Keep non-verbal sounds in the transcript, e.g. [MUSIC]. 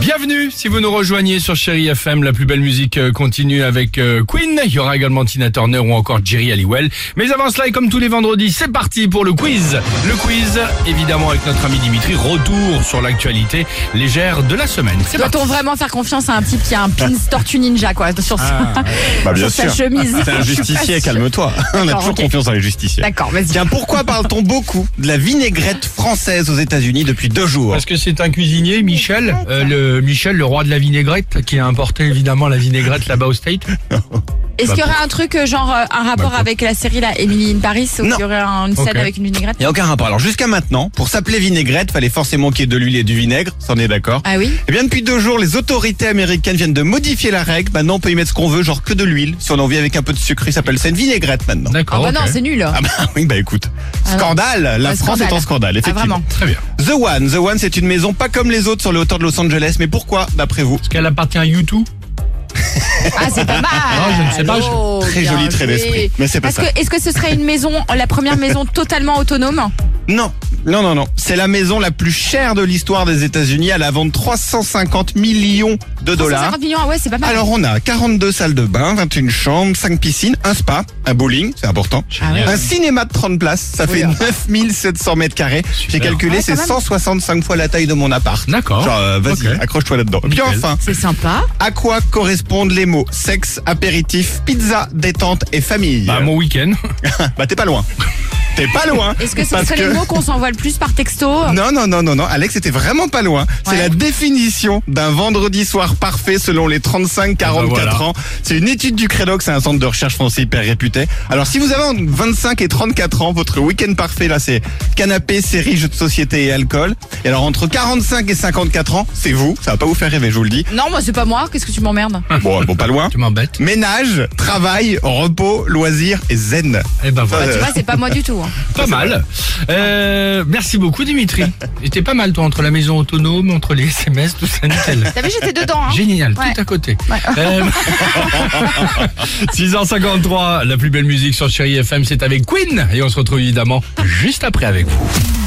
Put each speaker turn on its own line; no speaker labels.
Bienvenue si vous nous rejoignez sur Chéri FM, la plus belle musique euh, continue avec euh, Queen. Il y aura également Tina Turner ou encore Jerry Halliwell. Mais avant cela et comme tous les vendredis, c'est parti pour le quiz. Le quiz, évidemment avec notre ami Dimitri, retour sur l'actualité légère de la semaine. C'est parti.
Doit-on vraiment faire confiance à un type qui a un pins tortue ninja quoi sur, son-
Ah,
[LAUGHS]
Bah bien
sur sa
sûr.
chemise
C'est
Je
un
suis pas
justicier,
sûre.
calme-toi. On a
D'accord,
toujours
ok.
confiance dans les justiciers.
D'accord, vas-y.
Tiens, pourquoi parle-t-on beaucoup de la vinaigrette française aux États-Unis depuis deux jours
Parce que c'est un cuisinier, Michel, euh, le Michel, le roi de la vinaigrette, qui a importé évidemment la vinaigrette là-bas au State.
Est-ce qu'il y aurait un truc euh, genre euh, un rapport
Bah,
avec la série là Emily in Paris où
Non.
il y aurait un- une scène
Ok.
avec une vinaigrette
Il n'y a aucun rapport. Alors jusqu'à maintenant, pour s'appeler vinaigrette, fallait forcément qu'il y ait de l'huile et du vinaigre, ça, on est d'accord.
Ah oui
Eh bien depuis deux jours, les autorités américaines viennent de modifier la règle. Maintenant, on peut y mettre ce qu'on veut, genre que de l'huile. Si on en vit avec un peu de sucre, il s'appelle ça une vinaigrette maintenant.
Ah
D'accord.
bah
ok.
non, c'est nul.
Ah bah oui, bah écoute.
Ah non.
Scandale La
Ouais,
France
scandale.
est en scandale,
Ah,
effectivement.
vraiment.
Très bien.
The One, The One, c'est une maison pas comme les autres sur les hauteurs de Los Angeles. Mais pourquoi, d'après vous
Parce qu'elle appartient à YouTube.
Ah, c'est pas mal.
Non, je ne sais pas, je-
Oh,
Très
bien
joli trait
joué.
d'esprit. Mais c'est pas
Parce
ça.
que est-ce que ce serait une maison, la première
[LAUGHS]
maison totalement autonome
Non, non, non, non. C'est la maison la plus chère de l'histoire des États-Unis. Elle a vendu 350 millions de dollars.
150 millions, ah ouais, c'est pas mal.
Alors on a 42 salles de bain, 21 chambres, 5 piscines, un spa, un bowling, c'est important.
Ah ouais.
Un cinéma de 30 places, ça
Oui,
fait
hein.
9700 mètres carrés. J'ai
Super.
calculé,
Ouais, quand
c'est
même.
165 fois la taille de mon appart.
D'accord.
Genre, euh, vas-y,
Ok.
accroche-toi là-dedans. Et Puis
Nickel.
enfin,
C'est sympa.
à quoi correspondent les mots sexe, apéritif, pizza, détente et famille
Bah, mon week-end. [LAUGHS]
Bah, t'es pas loin. T'es pas loin.
Est-ce que ce
Parce
serait les mots qu'on s'envoie le plus par texto
Non, non, non, non, non. Alex était vraiment pas loin. C'est
Ouais.
la définition d'un vendredi soir parfait selon les 35-44
Ah bah voilà.
ans. C'est une étude du Credoc, c'est un centre de recherche français hyper réputé. Alors, si vous avez entre 25 et 34 ans, votre week-end parfait, là, c'est canapé, série, jeux de société et alcool. Et alors, entre 45 et 54 ans, c'est vous. Ça va pas vous faire rêver, je vous le dis.
Non, moi c'est pas moi, qu'est-ce que tu m'emmerdes
Bon, bon, pas loin.
Tu m'embêtes.
Ménage, travail, repos, loisirs et zen.
Eh ben
Ça,
voilà.
Tu vois, c'est pas moi du tout. hein.
Pas mal. Euh, merci beaucoup
[LAUGHS]
Dimitri. C'était pas mal toi entre la maison autonome, entre les SMS, tout ça nickel.
[LAUGHS] T'as vu, j'étais dedans. hein.
Génial,
Ouais.
tout à côté.
[LAUGHS]
Euh, 6h53, la plus belle musique sur Chéri FM, c'est avec Queen et on se retrouve évidemment juste après avec vous.